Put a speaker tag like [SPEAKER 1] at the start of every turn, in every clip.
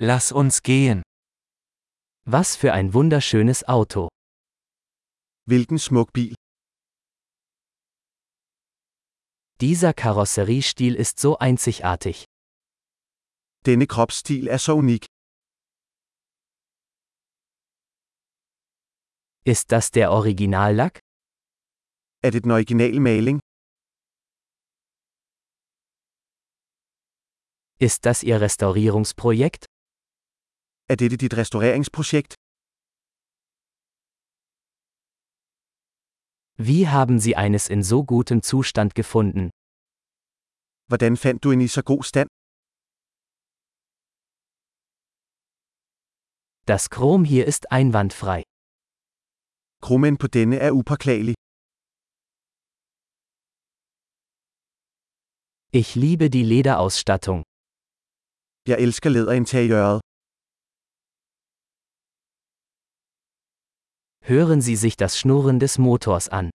[SPEAKER 1] Lass uns gehen. Was für ein wunderschönes Auto.
[SPEAKER 2] Hvilken smuk bil.
[SPEAKER 1] Dieser Karosseriestil ist so einzigartig.
[SPEAKER 2] Denne kropsstil er så unik.
[SPEAKER 1] Ist das der Originallack?
[SPEAKER 2] Er det den originale maling?
[SPEAKER 1] Ist das Ihr Restaurierungsprojekt?
[SPEAKER 2] Er dette dit restaureringsprojekt?
[SPEAKER 1] Wie haben Sie eines in so gutem Zustand gefunden?
[SPEAKER 2] Hvordan fandt du en i så god stand?
[SPEAKER 1] Das Chrom hier ist einwandfrei.
[SPEAKER 2] Krummen på denne er upåklagelig.
[SPEAKER 1] Ich liebe die Lederausstattung.
[SPEAKER 2] Jeg elsker læderinteriøret.
[SPEAKER 1] Hören Sie sich das Schnurren des Motors an.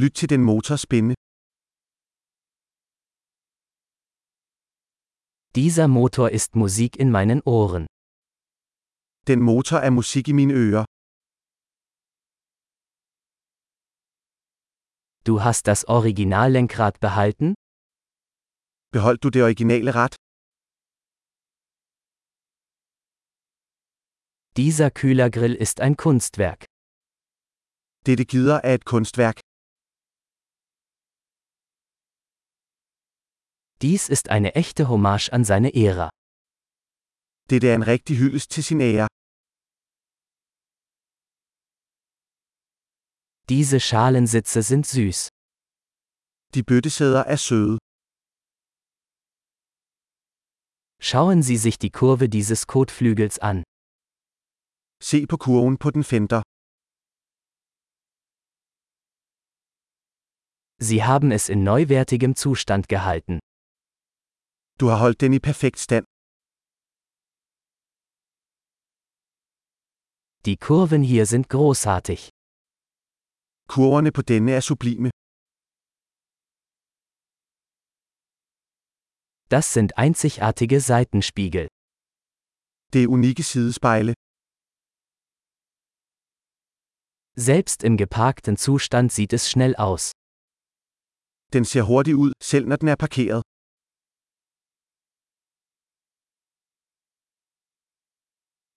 [SPEAKER 2] Lyt til den motor spinde.
[SPEAKER 1] Dieser Motor ist Musik in meinen Ohren.
[SPEAKER 2] Den motor er musik i mine ører.
[SPEAKER 1] Du hast das Originallenkrad behalten?
[SPEAKER 2] Beholdt du det originale ret?
[SPEAKER 1] Dieser Kühlergrill ist ein Kunstwerk.
[SPEAKER 2] Dette gider er et kunstværk.
[SPEAKER 1] Dies ist eine echte Hommage an seine Ära.
[SPEAKER 2] Dette er en rigtig hyldest til sin ære.
[SPEAKER 1] Diese Schalensitze sind süß.
[SPEAKER 2] De bøttesæder er søde.
[SPEAKER 1] Schauen Sie sich die Kurve dieses Kotflügels an.
[SPEAKER 2] Se på kurven på den fender.
[SPEAKER 1] Sie haben es in neuwertigem Zustand gehalten.
[SPEAKER 2] Du har holdt den i perfekt stand.
[SPEAKER 1] Die Kurven hier sind großartig.
[SPEAKER 2] Kurverne på denne er sublime.
[SPEAKER 1] Das sind einzigartige Seitenspiegel.
[SPEAKER 2] Det er unikke sidespejle.
[SPEAKER 1] Selbst im geparkten Zustand sieht es schnell aus.
[SPEAKER 2] Den ser hurtig ud, selv når den er parkeret.